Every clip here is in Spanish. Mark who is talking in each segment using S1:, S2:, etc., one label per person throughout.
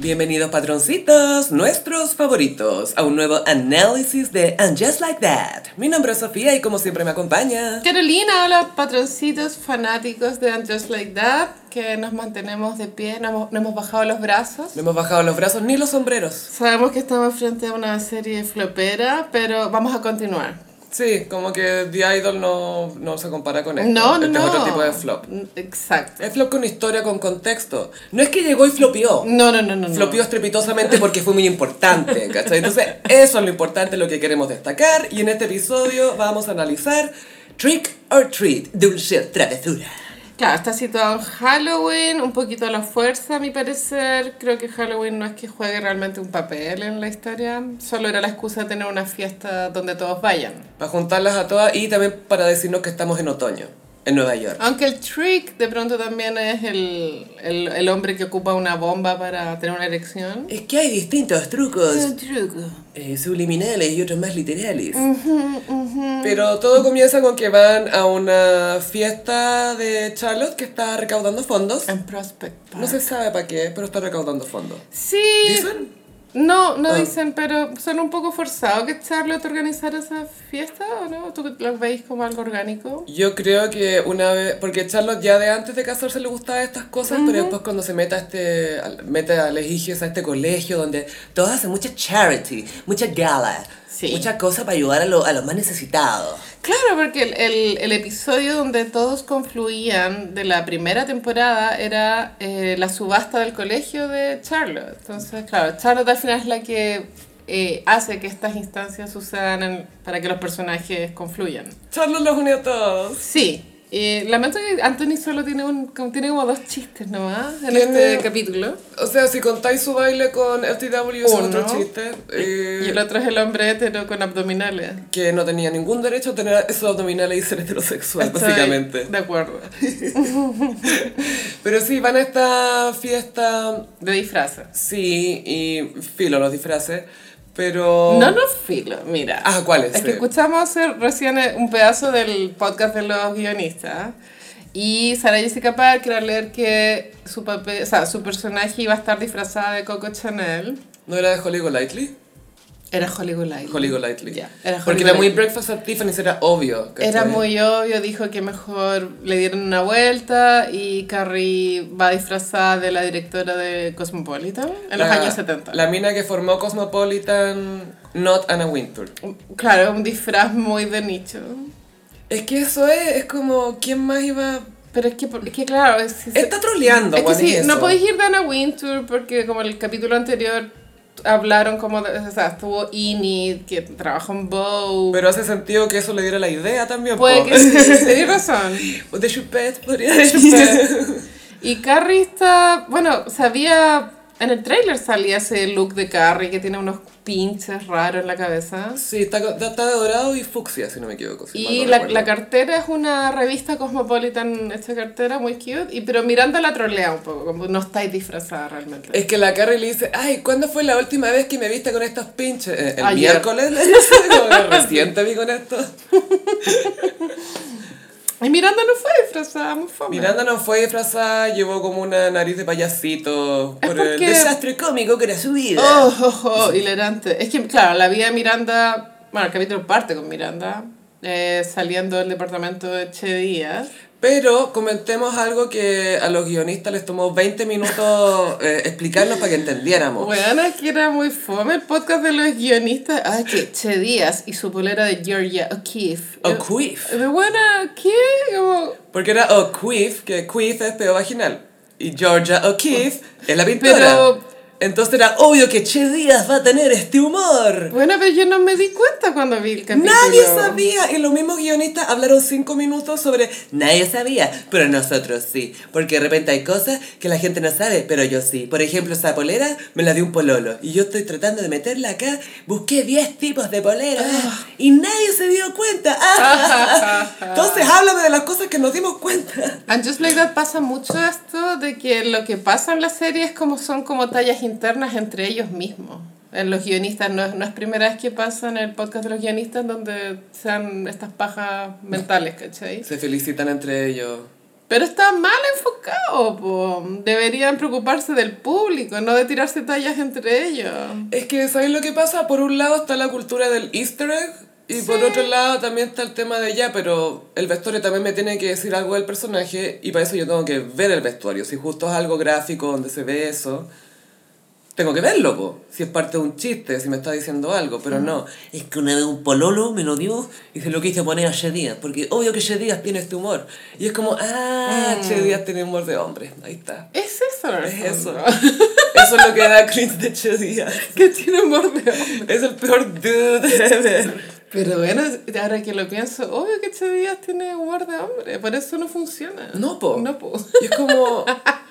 S1: Bienvenidos patroncitos, nuestros favoritos, a un nuevo análisis de And Just Like That. Mi nombre es Sofía y como siempre me acompaña.
S2: Carolina, hola patroncitos fanáticos de And Just Like That, que nos mantenemos de pie, no hemos, no hemos bajado los brazos.
S1: No hemos bajado los brazos ni los sombreros.
S2: Sabemos que estamos frente a una serie flopera, pero vamos a continuar.
S1: Sí, como que The Idol no, no se compara con esto.
S2: No,
S1: este
S2: no.
S1: es otro tipo de flop.
S2: Exacto.
S1: Es flop con historia, con contexto. No es que llegó y flopió.
S2: No, no, no, no. no.
S1: Flopió estrepitosamente porque fue muy importante, ¿cachai? Entonces, eso es lo importante, lo que queremos destacar. Y en este episodio vamos a analizar Trick or Treat, Dulce o Travesura.
S2: Claro, está situado en Halloween, un poquito a la fuerza, a mi parecer. Creo que Halloween no es que juegue realmente un papel en la historia, solo era la excusa de tener una fiesta donde todos vayan.
S1: Para juntarlas a todas y también para decirnos que estamos en otoño, en Nueva York.
S2: Aunque el trick de pronto también es el, el, el hombre que ocupa una bomba para tener una erección.
S1: Es que hay distintos trucos,
S2: truco.
S1: eh, subliminales y otros más literales. Pero todo comienza con que van a una fiesta de Charlotte que está recaudando fondos.
S2: En Prospect Park.
S1: No se sabe para qué, pero está recaudando fondos.
S2: Sí.
S1: ¿Dicen?
S2: No, no
S1: Ah.
S2: dicen, pero son un poco forzados que Charlotte organizara esa fiesta, ¿o no? ¿Tú los veis como algo orgánico?
S1: Yo creo que una vez, porque Charlotte ya de antes de casarse le gustaban estas cosas, pero después cuando se mete a este, al- mete a Legigios, a este colegio donde todos hacen mucha charity, mucha gala,
S2: Sí.
S1: mucha cosa para ayudar a, lo- a los más necesitados.
S2: Claro, porque el, el- el episodio donde todos confluían de la primera temporada era eh, la subasta del colegio de Charlotte. Entonces, claro, Charlotte al final es la que eh, hace que estas instancias sucedan en- para que los personajes confluyan.
S1: Charlotte los unió a todos.
S2: Sí. eh, lamento que Anthony solo tiene, un, como- tiene como dos chistes nomás en
S1: Tiene-
S2: este capítulo.
S1: O sea, si contáis su baile con FTW, es
S2: Uno.
S1: otro chiste. eh,
S2: Y el otro es el hombre hetero con abdominales.
S1: que no tenía ningún derecho a tener esos abdominales y ser heterosexual,
S2: Estoy
S1: Pues, básicamente.
S2: De acuerdo.
S1: Pero sí, van a esta fiesta,
S2: De disfrazas.
S1: sí, y filo los disfraces, pero...
S2: No, no filo, mira.
S1: Ah, ¿cuál es?
S2: Es que escuchamos eh, recién eh, un pedazo del podcast de los guionistas. Y Sara Jessica Parker al leer que su papel, o sea, su personaje iba a estar disfrazada de Coco Chanel.
S1: ¿No era de Holly Golightly?
S2: Era Holly Golightly.
S1: Holly Golightly.
S2: Ya, era Holly
S1: Porque era muy
S2: Golightly.
S1: Breakfast at Tiffany's, era obvio. ¿cachai?
S2: Era muy obvio, dijo que mejor le dieron una vuelta y Carrie va disfrazada de la directora de Cosmopolitan en los
S1: La-
S2: años 70.
S1: La mina que formó Cosmopolitan, not Anna Wintour.
S2: Claro, un disfraz muy de nicho.
S1: Es que eso es, es como, ¿quién más iba...?
S2: Pero es que, por- es que claro, es, es-
S1: Está troleando,
S2: es que
S1: Juan,
S2: sí,
S1: eso.
S2: no podéis ir de Anna Wintour porque como en el capítulo anterior hablaron como, de- o sea, estuvo Inid, que trabajó en Bow.
S1: Pero hace sentido que eso le diera la idea también.
S2: Puede
S1: po.
S2: que sí, tenéis razón.
S1: De Chupet, podría decir.
S2: Y Carrie está, bueno, sabía, en el tráiler salía ese look de Carrie que tiene unos pinches raros en la cabeza.
S1: Sí, está, co- está de dorado y fucsia, si no me equivoco. si mal
S2: Y
S1: no
S2: la,
S1: recuerdo.
S2: la cartera es una revista Cosmopolitan, esta cartera, muy cute. Y, pero Miranda la trolea un poco, como no estáis disfrazada realmente.
S1: Es que la Carrie le dice, ay, ¿cuándo fue la última vez que me viste con estos pinches? Eh, El
S2: Ayer.
S1: miércoles, le dice, como que recién te vi con esto.
S2: Y Miranda no fue disfrazada, muy fome.
S1: Miranda no fue disfrazada, llevó como una nariz de payasito
S2: Es
S1: por el
S2: porque-
S1: desastre cómico que era su vida.
S2: Oh, oh, oh, hilarante. Es que, claro, la vida de Miranda, bueno, el capítulo parte con Miranda, eh, saliendo del departamento de Che Díaz.
S1: Pero comentemos algo que a los guionistas les tomó 20 minutos eh, explicarnos para que entendiéramos.
S2: Bueno, es que era muy fome el podcast de los guionistas. Ay, que Che Díaz y su polera de Georgia O'Keeffe.
S1: O'Keeffe.
S2: De buena, ¿qué? Como,
S1: Porque era O'Keeffe, que Queef es pedo vaginal. Y Georgia O'Keeffe es la pintora.
S2: Pero-
S1: Entonces era obvio que Che Díaz va a tener este humor.
S2: bueno, pero yo no me di cuenta cuando vi el capítulo.
S1: Nadie sabía. Y los mismos guionistas hablaron cinco minutos sobre nadie sabía, pero nosotros sí. Porque de repente hay cosas que la gente no sabe, pero yo sí. Por ejemplo, esa polera me la dio un pololo. Y yo estoy tratando de meterla acá. Busqué 10 tipos de poleras
S2: Ah.
S1: y nadie se dio cuenta. Entonces háblame de las cosas que nos dimos cuenta.
S2: And Just Like That pasa mucho esto de que lo que pasa en la serie es como son como tallas internas entre ellos mismos. En los guionistas, no es, no es primera vez que pasa en el podcast de los guionistas donde sean estas pajas mentales, ¿cachai?
S1: Se felicitan entre ellos.
S2: Pero está mal enfocado, po. deberían preocuparse del público, no de tirarse tallas entre ellos.
S1: Es que, ¿sabes lo que pasa? Por un lado está la cultura del easter egg y por otro lado también está el tema de ya, pero el vestuario también me tiene que decir algo del personaje y para eso yo tengo que ver el vestuario. Si justo es algo gráfico donde se ve eso, tengo que verlo, po. Si es parte de un chiste, si me está diciendo algo, pero no.
S3: Es que una vez un pololo me lo dio y se lo quise poner a Che Díaz, porque obvio que Che Díaz tiene este humor. Y es como, ah,
S1: Mm.
S3: Che Díaz tiene humor de hombre. Ahí está.
S2: Es eso, en el
S1: Es eso.
S2: fondo.
S1: Eso es lo que da cringe de Che Díaz.
S2: que tiene bordeo.
S1: Es el peor dude ever.
S2: Pero bueno, ahora que lo pienso, obvio que Che Díaz tiene humor de hombre, por eso no funciona.
S1: No, po.
S2: No, po.
S1: Y es como,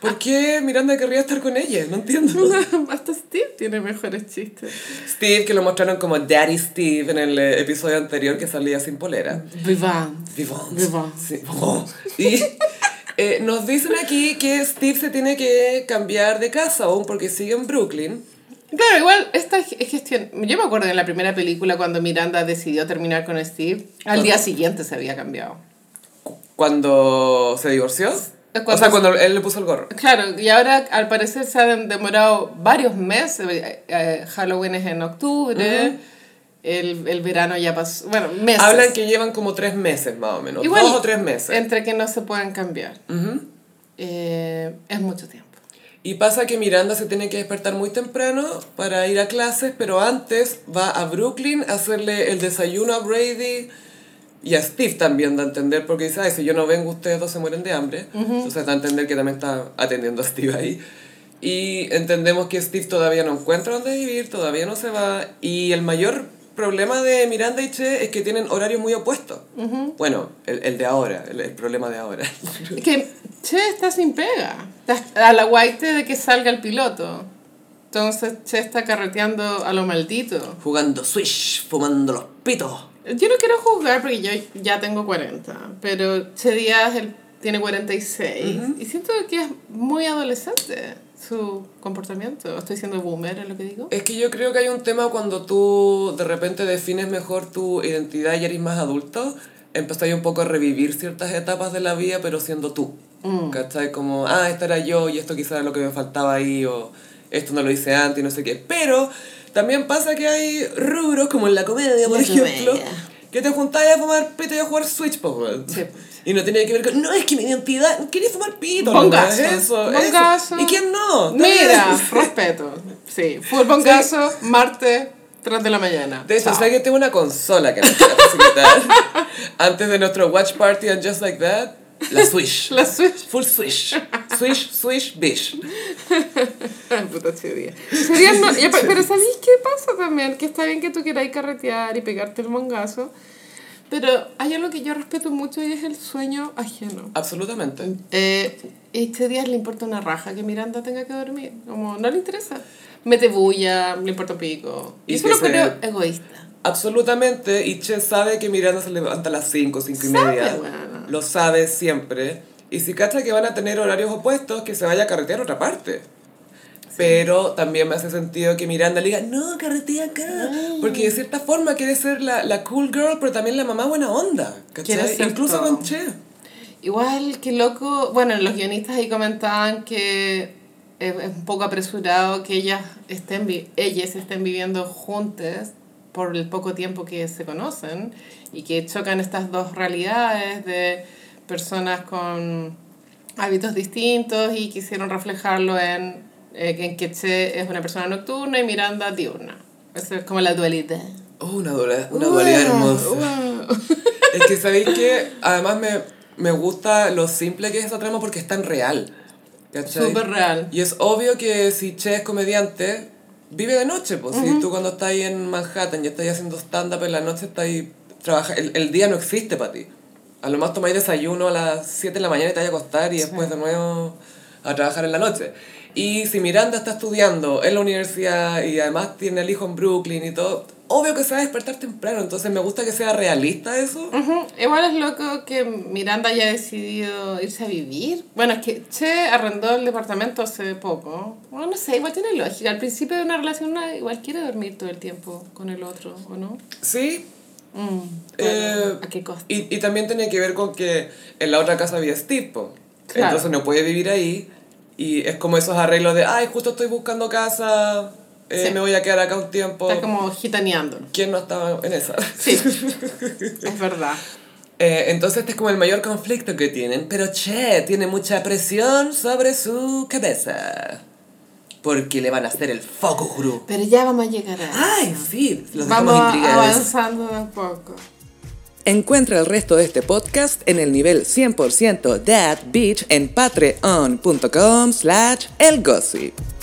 S1: ¿por qué Miranda querría estar con ella? No entiendo.
S2: Hasta Steve tiene mejores chistes.
S1: Steve, que lo mostraron como Daddy Steve en el eh, episodio anterior que salía sin polera.
S2: Vivant.
S1: Vivant.
S2: Vivant.
S1: Sí. Y eh, nos dicen aquí que Steve se tiene que cambiar de casa aún porque sigue en Brooklyn.
S2: Claro, igual esta es es gestión. Yo me acuerdo en la primera película cuando Miranda decidió terminar con Steve, al día siguiente se había cambiado.
S1: Cuando se divorció.
S2: Cuando
S1: o sea,
S2: se-
S1: cuando él le puso el gorro.
S2: Claro, y ahora al parecer se han demorado varios meses. eh, eh, Halloween es en octubre, el, el verano ya pasó. Bueno, meses.
S1: Hablan que llevan como tres meses más o menos.
S2: Igual,
S1: dos o tres meses.
S2: Entre que no se puedan cambiar.
S1: Ujú.
S2: Eh, es mucho tiempo.
S1: Y pasa que Miranda se tiene que despertar muy temprano para ir a clases, pero antes va a Brooklyn a hacerle el desayuno a Brady y a Steve también, da a entender, porque dice, ay, si yo no vengo, ustedes dos se mueren de hambre. Entonces da a entender que también está atendiendo a Steve ahí. Y entendemos que Steve todavía no encuentra dónde vivir, todavía no se va. Y el mayor problema de Miranda y Che es que tienen horarios muy opuestos. Bueno, el, el de ahora, el- el problema de ahora.
S2: Es que, che, está sin pega. Está a la guaite de que salga el piloto. Entonces, che está carreteando a lo maldito.
S3: Jugando Switch, fumando los pitos.
S2: Yo no quiero juzgar porque yo ya tengo 40, pero Che Díaz él tiene 46 y siento que es muy adolescente su comportamiento. Estoy siendo boomer, es lo que digo.
S1: Es que yo creo que hay un tema cuando tú de repente defines mejor tu identidad y eres más adulto, empezáis un poco a revivir ciertas etapas de la vida, pero siendo tú. ¿Cachai? Como, ah, esta era yo y esto quizás era lo que me faltaba ahí, o esto no lo hice antes y no sé qué. Pero también pasa que hay rubros, como en la comedia, por
S3: La
S1: ejemplo,
S3: comedia.
S1: que te juntáis a fumar pito y a jugar Switch, po, weón.
S2: Sí.
S1: Y no tiene que ver con, no, es que mi identidad, quería fumar pito.
S2: Bongazo.
S1: nomás, Eso,
S2: Bongazo.
S1: eso. ¿Y quién no? Está
S2: Mira,
S1: bien.
S2: respeto. Sí, fútbol con caso, martes, 3 de la mañana.
S1: De hecho,
S2: Chao.
S1: sé que tengo una consola que me voy a facilitar. Antes de nuestro watch party and just like that, la Switch.
S2: la Switch
S1: Full Switch. Switch, Switch, Bish.
S2: Ah, puta Che Sería no, ya, pero ¿sabéis qué pasa también? Que está bien que tú queráis carretear y pegarte el mongazo, pero hay algo que yo respeto mucho y es el sueño ajeno.
S1: Absolutamente.
S2: Eh, este día le importa una raja que Miranda tenga que dormir, como no le interesa. Mete bulla, le importa un pico.
S1: Y
S2: Y eso
S1: que
S2: lo creo
S1: se-
S2: egoísta.
S1: Absolutamente. Y Che sabe que Miranda se levanta a las 5, 5 y
S2: Sabe,
S1: media.
S2: weona.
S1: Lo sabe siempre. Y si cacha que van a tener horarios opuestos, que se vaya a carretear a otra parte. Pero también me hace sentido que Miranda le diga, no, carretea acá.
S2: Ah.
S1: Porque de cierta forma quiere ser la, la cool girl, pero también la mamá buena onda.
S2: Quiere
S1: ¿Cachai?
S2: ser
S1: Incluso
S2: todo.
S1: con Che.
S2: Igual, qué loco. Bueno, los guionistas ahí comentaban que es es un poco apresurado que ellas estén, vi- ellas estén viviendo juntas por el poco tiempo que se conocen y que chocan estas dos realidades de personas con hábitos distintos y quisieron reflejarlo en, eh, en que Che es una persona nocturna y Miranda diurna. Esa es como la dualidad.
S1: Oh, una, dualidad- una dualidad hermosa. Es que sabéis que además me, me gusta lo simple que es esa trama porque es tan real. ¿Cachai?
S2: Súper real.
S1: Y es obvio que si Che es comediante, vive de noche. Pues si tú cuando estás ahí en Manhattan y estás haciendo stand-up en la noche, estás ahí, trabaja, el, el día no existe para ti. A lo más tomáis desayuno a las 7 de la mañana y te vas a acostar y después de nuevo a trabajar en la noche. Y si Miranda está estudiando en la universidad y además tiene el hijo en Brooklyn y todo, obvio que se va a despertar temprano. Entonces me gusta que sea realista eso.
S2: Ujú, Igual es loco que Miranda haya decidido irse a vivir. Bueno, es que Che arrendó el departamento hace poco. Bueno, no sé, igual tiene lógica. Al principio de una relación una igual quiere dormir todo el tiempo con el otro, ¿o no?
S1: Sí,
S2: Mm,
S1: Eh,
S2: ¿A qué costo?
S1: Y, y también tiene que ver con que en la otra casa había Steve, po.
S2: Claro.
S1: Entonces no puede vivir ahí. Y es como esos arreglos de, ay, justo estoy buscando casa, eh,
S2: Sí.
S1: me voy a quedar acá un tiempo.
S2: Está como gitaneando.
S1: ¿Quién no estaba en esa?
S2: Sí. es verdad.
S1: Eh, entonces este es como el mayor conflicto que tienen, pero Che tiene mucha presión sobre su cabeza. Porque le van a hacer el foco guru.
S2: Pero ya vamos a llegar a.
S1: ¡Ay, sí! Los
S2: vamos
S1: dejamos intrigados.
S2: avanzando de a poco.
S1: Encuentra el resto de este podcast en el nivel 100% That Beach en patreon.com slash elgossip.